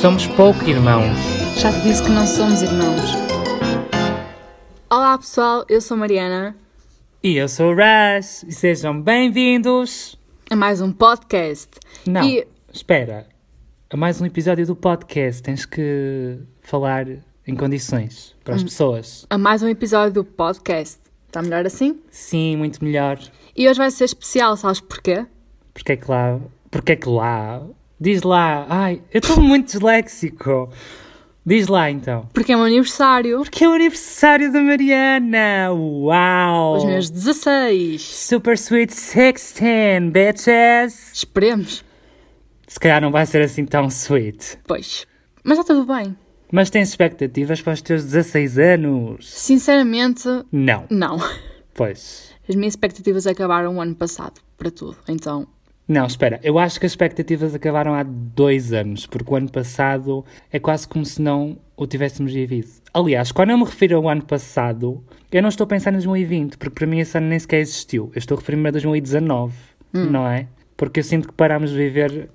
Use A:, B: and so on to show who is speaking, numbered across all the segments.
A: Somos pouco irmãos.
B: Já te disse que não somos irmãos.
C: Olá pessoal, eu sou Mariana
A: E eu sou o Rush. E sejam bem-vindos.
C: a mais um podcast.
A: Não,
C: E-
A: espera. A mais um episódio do podcast. Tens que falar em condições para
C: Hum.
A: as pessoas.
C: A mais um episódio do podcast.
B: Tá
C: Está melhor assim?
A: Sim, muito melhor.
C: E hoje vai ser especial, sabes porquê?
A: Porque é que lá. Porque é que lá. Diz lá. Ai, eu estou muito disléxico. Diz lá então.
C: Porque é meu aniversário,
A: Porque é o aniversário da Mariana!
B: Oh.
A: Uau!
C: os meus 16.
A: Super Sweet 16, bitches!
C: Esperemos.
A: Se calhar não vai ser assim tão sweet.
C: Pois. Mas está tudo bem.
A: Mas tens expectativas para os teus 16 anos?
C: Sinceramente,
A: Não.
C: não.
A: Pois.
C: As minhas expectativas acabaram o ano passado, para tudo. Então,
A: Não, espera. Eu acho que as expectativas acabaram há dois anos, porque o ano passado é quase como se não o tivéssemos vivido. Aliás, quando eu me refiro ao ano passado, eu não estou a pensar em 2020, porque para mim esse ano nem sequer existiu. Eu estou a referir-me a 2019, não é? Porque eu sinto que parámos de viver,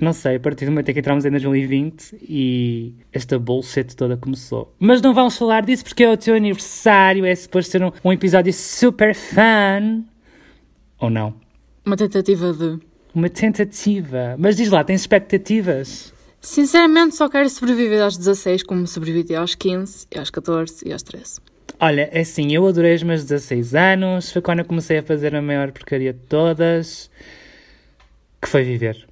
A: não sei, a partir do momento em que entramos em 2020 e esta bullshit toda começou. Mas não vamos falar disso porque é o teu aniversário, é suposto ser um, um episódio super fun. Ou não?
C: uma tentativa de.
A: Uma tentativa. Mas diz lá, tens expectativas?
C: Sinceramente, só quero sobreviver aos 16, como sobrevivi aos 15, e aos 14 e aos 13.
A: Olha, é assim, eu adorei os meus 16 anos, foi quando eu comecei a fazer a maior porcaria de todas, que foi viver,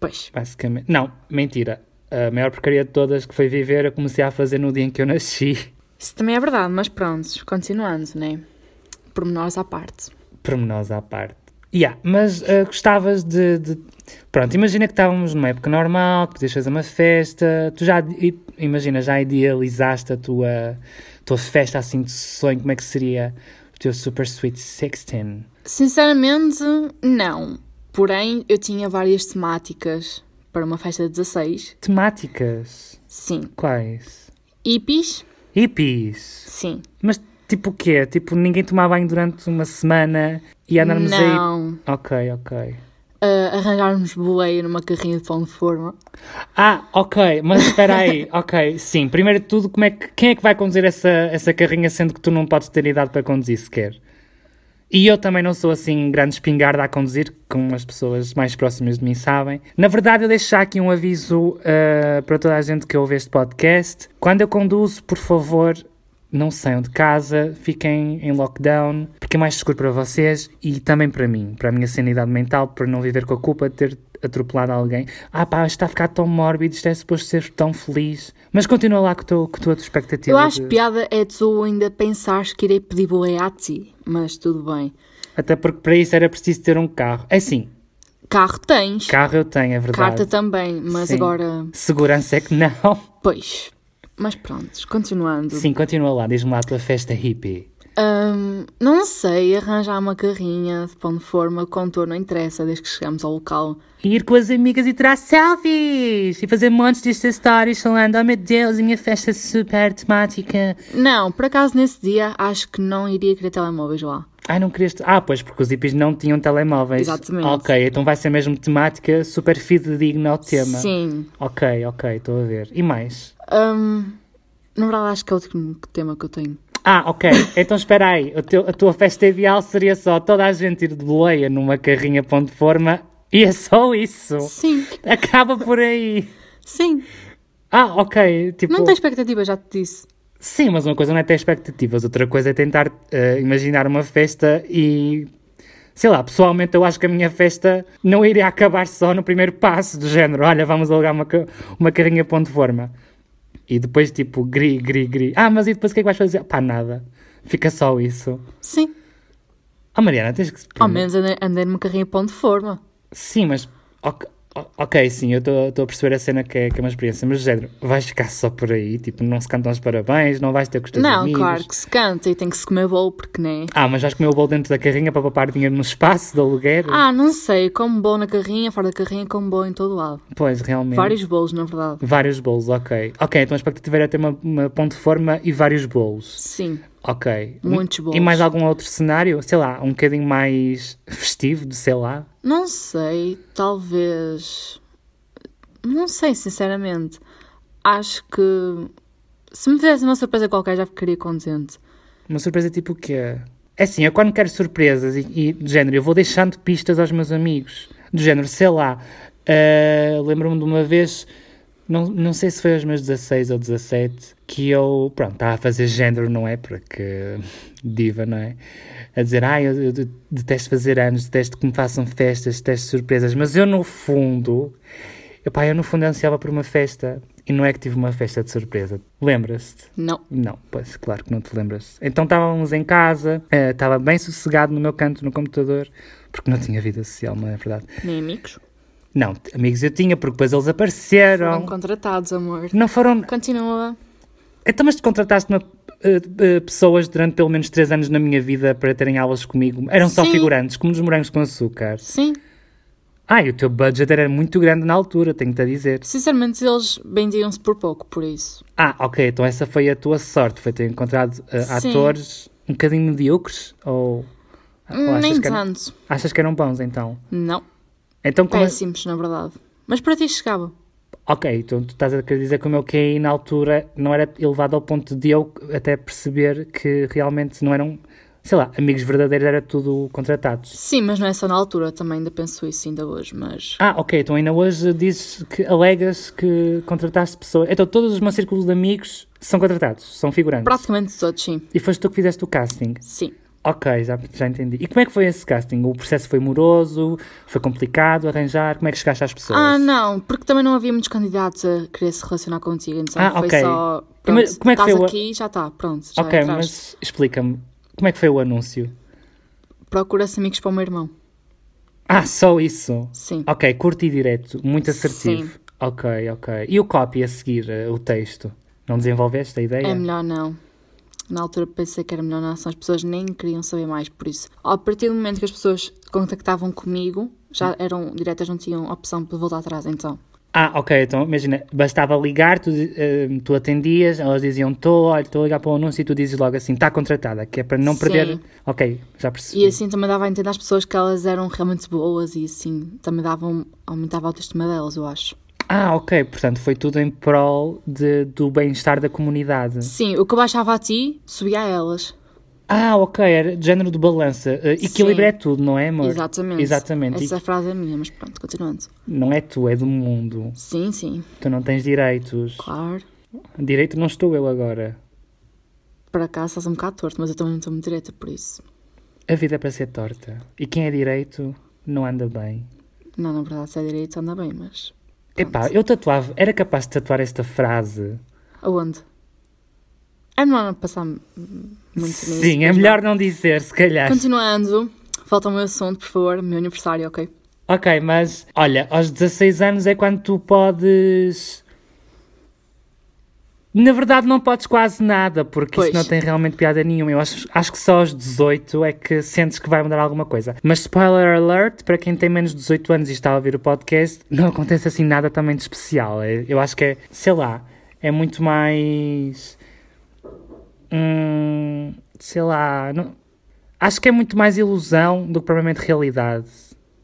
C: Pois.
A: basicamente. Não, mentira. A maior porcaria de todas que foi viver, eu comecei a fazer no dia em que eu nasci.
C: Isso também é verdade, mas pronto, continuando, né? Pormenores à parte.
A: Pormenores à parte. Yeah, mas ah, gostavas de, de- Pronto, imagina que estávamos numa época normal, que podias fazer uma festa, tu já, i- imagina, já idealizaste a tua, tua festa assim de sonho, como é que seria o teu Super Sweet 16?
C: Sinceramente, não. Porém, eu tinha várias temáticas para uma festa de 16.
A: Temáticas?
C: Sim.
A: Quais?
C: Hippies?
A: Hippies?
C: Sim.
A: Mas tipo o quê? Tipo, ninguém tomar banho durante uma semana e andarmos aí...
C: não.
A: Ok, ok.
C: Ah, arranjarmos boleia numa carrinha de pão de forma.
A: Ah, ok, mas espera aí, ok, sim. Primeiro de tudo, como é que, quem é que vai conduzir essa, essa carrinha sendo que tu não podes ter idade para conduzir sequer? E eu também não sou assim grande espingarda a conduzir, como as pessoas mais próximas de mim sabem. Na verdade, eu deixo já aqui um aviso ah, para toda a gente que ouve este podcast. Quando eu conduzo, por favor, não saiam de casa, fiquem em lockdown, porque é mais seguro para vocês e também para mim, para a minha sanidade mental, para não viver com a culpa de ter atropelado alguém. Ah pá, isto está a ficar tão mórbido, isto é suposto ser tão feliz. Mas continua lá com, o teu- com a tua expectativa.
C: Eu acho
A: de-
C: piada é tu ainda pensares que irei pedir boleia a ti, mas tudo bem.
A: Até porque para isso era preciso ter um carro. É sim,
C: Carro tens,
A: carro eu tenho, é verdade.
C: carta também, mas
A: Sim.
C: agora.
A: Segurança é que não.
C: Pois. Mas pronto, continuando.
A: Sim, continua lá, diz-me lá a tua festa hippie.
C: Ahm, Hum, não sei, arranjar uma carrinha de pão de forma, contor não interessa, desde que chegamos ao local.
A: E ir com as amigas e tirar selfies! E fazer montes destas stories falando, oh meu Deus, a minha festa é super temática.
C: Não, por acaso nesse dia acho que não iria querer telemóveis lá.
A: Ai, não querias... Ah, pois, porque os hippies não tinham telemóveis.
C: Exatamente.
A: Ok, então vai ser mesmo temática super fidedigna ao tema.
C: Sim.
A: Ok, ok, estou a ver. E mais?
C: Ahm, na verdade acho que é o último tema que eu tenho.
A: Ah, ok. Então espera aí. O teu- a tua festa ideal seria só toda a gente ir de boleia numa carrinha pão de forma e é só isso.
C: Sim,
A: Acaba por aí.
C: sim.
A: Ah, ok. Tipo,
C: Não tem expectativa, já te disse.
A: Sim, mas uma coisa não é ter expectativas, outra coisa é tentar eh, imaginar uma festa e. Sei lá, pessoalmente eu acho que a minha festa não iria acabar só no primeiro passo, do género: olha, vamos alugar uma, ca- uma carrinha pão de forma. E depois, tipo, gri, gri, gri. Ah, mas e depois o que é que vais fazer? Pá, nada. Fica só isso.
C: Sim.
A: Ah, Mariana, tens que.
C: Ao menos andei, andei numa carrinha de pão de forma.
A: Sim, mas. Ok, o- ok, sim, eu estou a perceber a cena que é, que é uma experiência, mas do género, vais ficar só por aí, tipo, não se cantam os parabéns, não vais ter com os teus
C: não,
A: amigos.
C: claro que se canta e tem que se comer bolo, porque né? nem.
A: Ah, mas vais comer o bolo dentro da carrinha para poupar dinheiro no espaço do aluguer?
C: Ah, não sei, como bolo na carrinha, fora da carrinha, como bolo em todo lado.
A: Pois, realmente.
C: Vários bolos, na verdade.
A: Vários bolos, ok. Ok, então a expectativa era ter uma, uma ponte de forma e vários bolos.
C: Sim.
A: Ok.
C: Muitos
A: E
C: bolos.
A: mais algum outro cenário? Sei lá, um bocadinho mais festivo, de sei lá.
C: Não sei, talvez. Não sei, sinceramente. Acho que se me fizesse uma surpresa qualquer já ficaria contente.
A: Uma surpresa tipo o quê? É assim, eu quando quero surpresas e, e do género, eu vou deixando pistas aos meus amigos. Do género, sei lá, ah, lembro-me de uma vez, não, não sei se foi aos meus 16 ou 17, que eu, pronto, estava a fazer género, não é? Porque diva, não é? A dizer, ah, eu, eu de- detesto fazer anos, detesto que me façam festas, detesto surpresas, mas eu no fundo, epá, eu no fundo ansiava por uma festa e não é que tive uma festa de surpresa. Lembras-te?
C: Não.
A: Não, pois, claro que não te lembras. Então estávamos em casa, eh, estava bem sossegado no meu canto, no computador, porque não tinha vida social, não é verdade?
C: Nem amigos.
A: Não, t- amigos eu tinha, porque depois eles
C: Foram
A: apareceram.
C: contratados, amor.
A: Não foram.
C: Continua.
A: Então, mas tu contrataste uma, eh, eh, pessoas durante pelo menos 3 anos na minha vida para terem aulas comigo. Eram só
C: Sim.
A: figurantes, como nos morangos com açúcar.
C: Sim.
A: Ah, e o teu budget era muito grande na altura, tenho-te a dizer.
C: Sinceramente, eles bendiam-se por pouco, por isso.
A: Ah, ok, então essa foi a tua sorte, foi ter encontrado eh,
C: Sim.
A: atores um bocadinho medíocres? Ou. ou Ah, achas
C: Nem
A: que era-
C: tanto.
A: Achas que eram bons, então?
C: Não.
A: Então, como...
C: Péssimos, na verdade. Mas para ti chegava.
A: Ok, então tu estás a querer dizer que o meu QI na altura não era elevado ao ponto de eu até perceber que realmente não eram, sei lá, amigos verdadeiros, era tudo contratados.
C: Sim, mas não é só na altura, também ainda penso isso ainda hoje, mas.
A: Ah, ok, então ainda hoje dizes que alegas que contrataste pessoas. Então todos os meus círculos de amigos são contratados, são figurantes.
C: Praticamente todos, sim.
A: E foste tu que fizeste o casting.
C: Sim.
A: Ok, já, já entendi. E como é que foi esse casting? O processo foi moroso? Foi complicado arranjar? Como é que chegaste às pessoas?
C: Ah, não, porque também não havia muitos candidatos a querer se relacionar contigo, então
A: Ah,
C: foi
A: ok.
C: só.
A: E mas
C: pronto,
A: como é que
C: estás
A: foi o-
C: aqui, já está, pronto. Já
A: Ok,
C: entraste.
A: mas explica-me, como é que foi o anúncio?
C: Procura-se amigos para o meu irmão.
A: Ah, só isso?
C: Sim.
A: Ok, curto e direto, muito assertivo.
C: Sim.
A: Ok, ok. E o copy a seguir, eh, o texto? Não desenvolveste a ideia?
C: É melhor não. Na altura pensei que era melhor não, senão as pessoas nem queriam saber mais, por isso. A partir do momento que as pessoas contactavam comigo,
A: Hum.
C: já eram diretas, não tinham opção de voltar atrás, então.
A: Ah, ok, então imagina, bastava ligar, tu, eh, tu atendias, elas diziam, estou, olha, estou a ligar para o anúncio e tu dizes logo assim, está contratada, que é para não
C: Sim.
A: perder... Ok, já percebi.
C: E assim também dava a entender às pessoas que elas eram realmente boas e assim também davam, aumentava a autoestima delas, eu acho.
A: Ah, ok, portanto foi tudo em prol de- do bem-estar da comunidade.
C: Sim, o que eu baixava a ti, subia a elas.
A: Ah, ok, era de género de balança. Eh, equilíbrio
C: Sim.
A: é tudo, não é, amor?
C: Exatamente.
A: Exatamente. E
C: Essa frase é minha, mas pronto, continuando.
A: Não é tu, é do mundo.
C: Sim, sim,
A: Tu não tens direitos.
C: claro.
A: Direito não estou eu agora.
C: Para cá estás um bocado torto, mas eu também não estou muito direita por isso.
A: A vida é para ser torta. E quem é direito não anda bem.
C: Não, na verdade, se é direito anda bem, mas.
A: Epá, eu tatuava, era capaz de tatuar esta frase.
C: Aonde? É melhor não passar m- muito nisso,
A: Sim, é
C: mas
A: melhor não dizer, se calhar.
C: não. Continuando, falta o meu assunto, por favor, meu aniversário, ok?
A: Ok, mas olha, aos 16 anos é quando tu podes. Na verdade, não podes quase nada, porque
C: Pois.
A: isso não tem realmente piada nenhuma. Eu acho, acho que só aos 18 é que sentes que vai mudar alguma coisa. Mas spoiler alert, para quem tem menos de 18 anos e está a ouvir o podcast, não acontece assim nada também de especial. É- Eu acho que é, sei lá, é muito mais. Hum, sei lá. não- Acho que é muito mais ilusão do que propriamente realidade.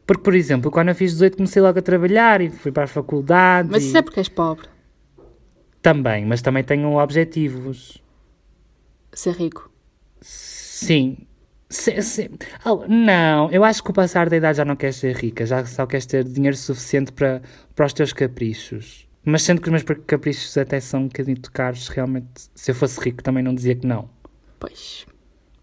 A: Porque, por exemplo, quando eu fiz 18 comecei logo a trabalhar e fui para a faculdade.
C: Mas
A: e-
C: isso é porque és pobre,
A: Também, mas também tenho objetivos.
C: ser rico.
A: Sim. Se- se- Oh, não, eu acho que o passar da idade já não queres ser rica, já só queres ter dinheiro suficiente para, para os teus caprichos. Mas sendo que os meus caprichos até são um bocadinho caros, realmente, se eu fosse rico também não dizia que não.
C: Pois,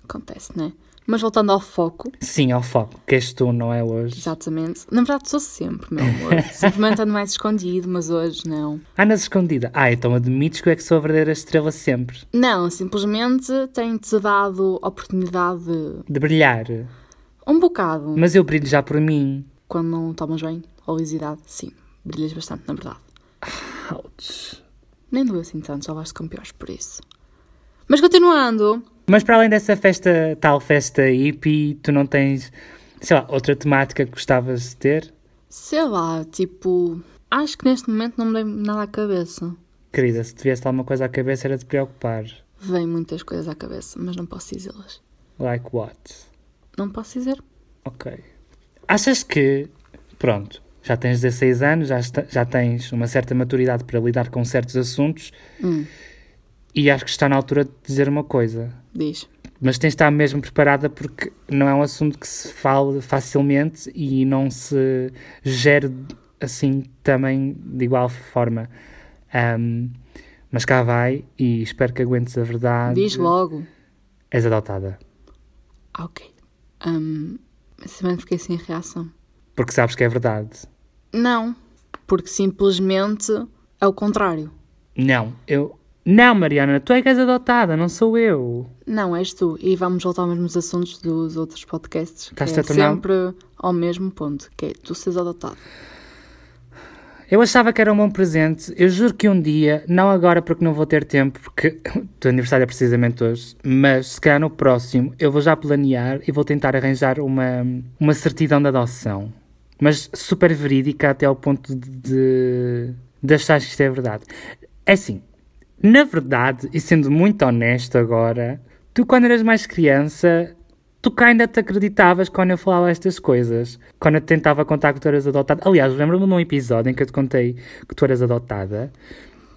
C: acontece, né? Mas voltando ao foco,
A: Sim, ao foco, que és tu, não é hoje?
C: exatamente. Na verdade, sou sempre, meu amor. Simplesmente ando mais escondido, mas hoje não.
A: Andas escondida. Ah, então admites que eu é que sou a verdadeira estrela sempre.
C: Não, simplesmente tenho-te dado oportunidade
A: De brilhar.
C: um bocado.
A: Mas eu brilho já por mim.
C: Quando não tomas bem, ou obesidade, sim, brilhas bastante, na verdade.
A: Ouch.
C: Nem doeu assim tanto, já vais com piores por isso. Mas continuando,
A: Mas para além dessa festa, tal festa hippie, tu não tens, sei lá, outra temática que gostavas de ter?
C: sei lá, tipo, acho que neste momento não me dei nada à cabeça.
A: Querida, se tivesse alguma coisa à cabeça era de preocupar.
C: Vem muitas coisas à cabeça, mas não posso dizê-las.
A: Like what?
C: Não posso dizer.
A: Ok. Achas que, pronto, já tens 16 anos, já, esta- já tens uma certa maturidade para lidar com certos assuntos
C: Hum,
A: e acho que está na altura de dizer uma coisa.
C: Diz.
A: Mas tens de estar mesmo preparada porque não é um assunto que se fale facilmente e não se gere assim também de igual forma. Ahm, mas cá vai e espero que aguentes a verdade.
C: Diz logo.
A: És adotada.
C: Ah, ok. Hum, mas também fiquei sem reação.
A: Porque sabes que é verdade.
C: Não, porque simplesmente é o contrário.
A: Não, eu. Não, Mariana, tu é que és adotada, não sou eu.
C: Não, és tu. E vamos voltar aos mesmos assuntos dos outros podcasts. Que é
A: Estás-te a tornar-
C: sempre ao mesmo ponto, que é tu seres adotado.
A: Eu achava que era um bom presente. Eu juro que um dia, não agora porque não vou ter tempo, porque o teu aniversário é precisamente hoje, mas se calhar no próximo eu vou já planear e vou tentar arranjar uma, uma certidão de adoção. Mas super verídica até ao ponto de, de, de achar que isto é verdade. É assim, na verdade, e sendo muito honesto agora, tu quando eras mais criança, tu cá ainda te acreditavas quando eu falava estas coisas. Quando eu te tentava contar que tu eras adotada. Aliás, lembro-me de um episódio em que eu te contei que tu eras adotada.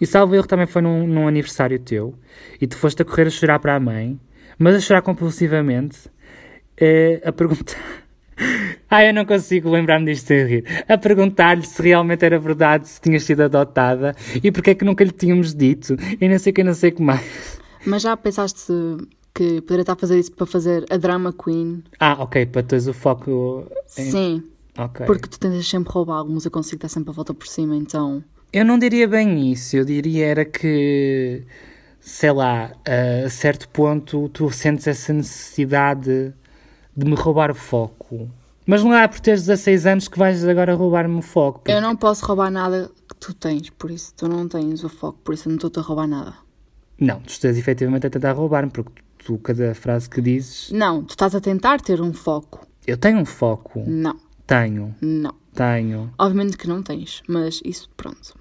A: E salvo erro também foi num, num aniversário teu. E tu foste a correr a chorar para a mãe, mas a chorar compulsivamente, eh, a perguntar. Ai, eu não consigo lembrar-me disto sem rir. A perguntar-lhe se realmente era verdade, se tinha sido adotada e porque é que nunca lhe tínhamos dito e não sei o que, não sei o que mais.
C: Mas já pensaste que poderia estar a fazer isso para fazer a drama queen?
A: Ah, ok, para teres o foco. em-
C: Sim.
A: Ok.
C: Porque tu tentas sempre roubar algo, mas eu consigo dar sempre a volta por cima, então.
A: Eu não diria bem isso, eu diria era que, sei lá, a certo ponto tu sentes essa necessidade de me roubar o foco. Mas não é por teres 16 anos que vais agora roubar-me o foco.
C: Eu não posso roubar nada que tu tens, por isso tu não tens o foco, por isso eu não estou-te a roubar nada.
A: Não, tu estás efetivamente a tentar roubar-me, porque tu, cada frase que dizes,
C: Não, tu estás a tentar ter um foco.
A: eu tenho um foco.
C: Não,
A: Tenho,
C: não.
A: tenho.
C: Obviamente que não tens, mas isso pronto.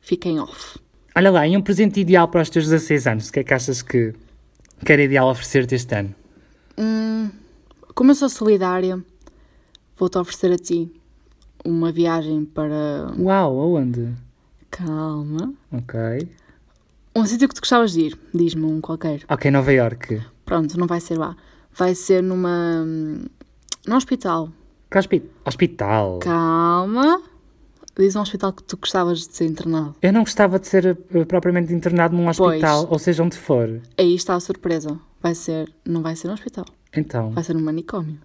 C: Fica em off.
A: Olha lá, e um presente ideal para os teus 16 anos, o que é que achas que, que era ideal oferecer-te este ano?
C: Hum. Como eu sou solidária, vou-te oferecer a ti uma viagem para.
A: Uau, aonde?
C: Calma.
A: Ok.
C: Um sítio que tu gostavas de ir, diz-me um qualquer.
A: Ok, Nova Iorque.
C: Pronto, não vai ser lá. Vai ser numa. hum, num hospital.
A: Que hospi- hospital.
C: Calma. Diz um hospital que tu gostavas de ser internado.
A: Eu não gostava de ser eh, propriamente internado num hospital, ou seja, onde for.
C: Aí está a surpresa. Vai ser. Não vai ser um hospital.
A: Então.
C: Vai ser um manicômio.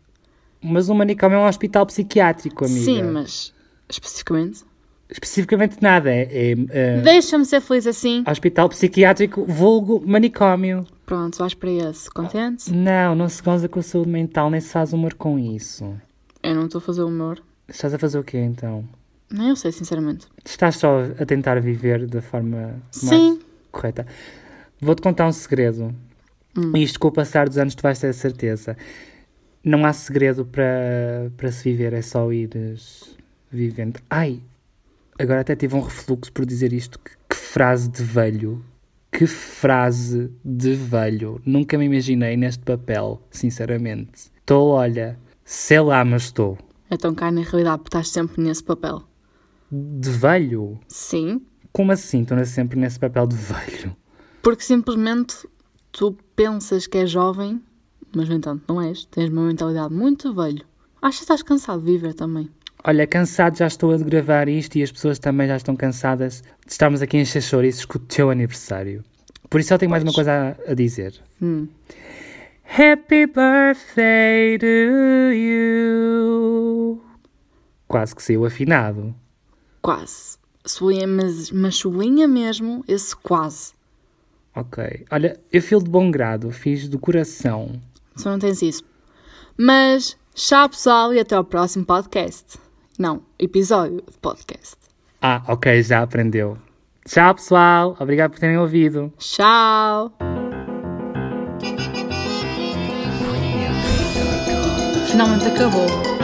A: Mas o manicômio é um hospital psiquiátrico, amiga.
C: Sim, mas. especificamente.
A: Especificamente nada. É, é, eh,
C: Deixa-me ser feliz assim.
A: hospital psiquiátrico vulgo manicômio.
C: Pronto, vais para esse. Contente?
A: Não, não se goza com a saúde mental, nem se faz humor com isso.
C: Eu não estou a fazer humor.
A: Estás a fazer o quê então?
C: Nem eu sei, sinceramente.
A: Estás só a tentar viver da forma mais
C: Sim.
A: correta. Vou-te contar um segredo. E isto com o passar dos anos tu vais ter a certeza. Não há segredo para, para se viver, é só ires vivendo. Ai, agora até tive um refluxo por dizer isto. Que, que frase de velho. Que frase de velho. Nunca me imaginei neste papel, sinceramente. Estou, olha, sei lá, mas estou.
C: Então cá na realidade porque estás sempre nesse papel.
A: De velho?
C: Sim.
A: Como assim? Estou sempre nesse papel de velho.
C: Porque simplesmente tu pensas que és jovem, mas no entanto não és. Tens uma mentalidade muito velho. Acho que estás cansado de viver também.
A: Olha, cansado já estou de gravar isto e as pessoas também já estão cansadas de estarmos aqui em encher chouriços com o teu aniversário. Por isso só tenho mais uma coisa a, a dizer. Happy birthday to you. Quase que saiu afinado.
C: Quase. Sublinha, mas, mas sublinha mesmo esse quase.
A: Ok. Olha, eu filo de bom grado, fiz do coração.
C: Só não tens isso. Mas, tchau pessoal e até ao próximo podcast. Não, episódio de podcast.
A: Ah, ok, já aprendeu. Tchau, pessoal. Obrigado por terem ouvido.
C: Tchau!
B: Finalmente acabou.